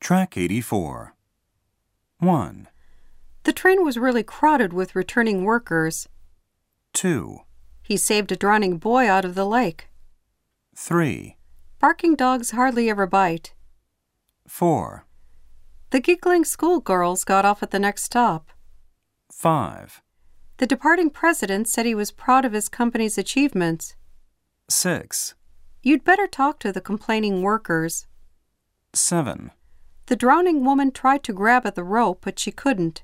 Track 84. 1, The train was really crowded with returning workers. 2, He saved a drowning boy out of the lake. 3, Barking dogs hardly ever bite. 4, The giggling schoolgirls got off at the next stop. 5, The departing president said he was proud of his company's achievements. 6, You'd better talk to the complaining workers. 7, The drowning woman tried to grab at the rope, but she couldn't.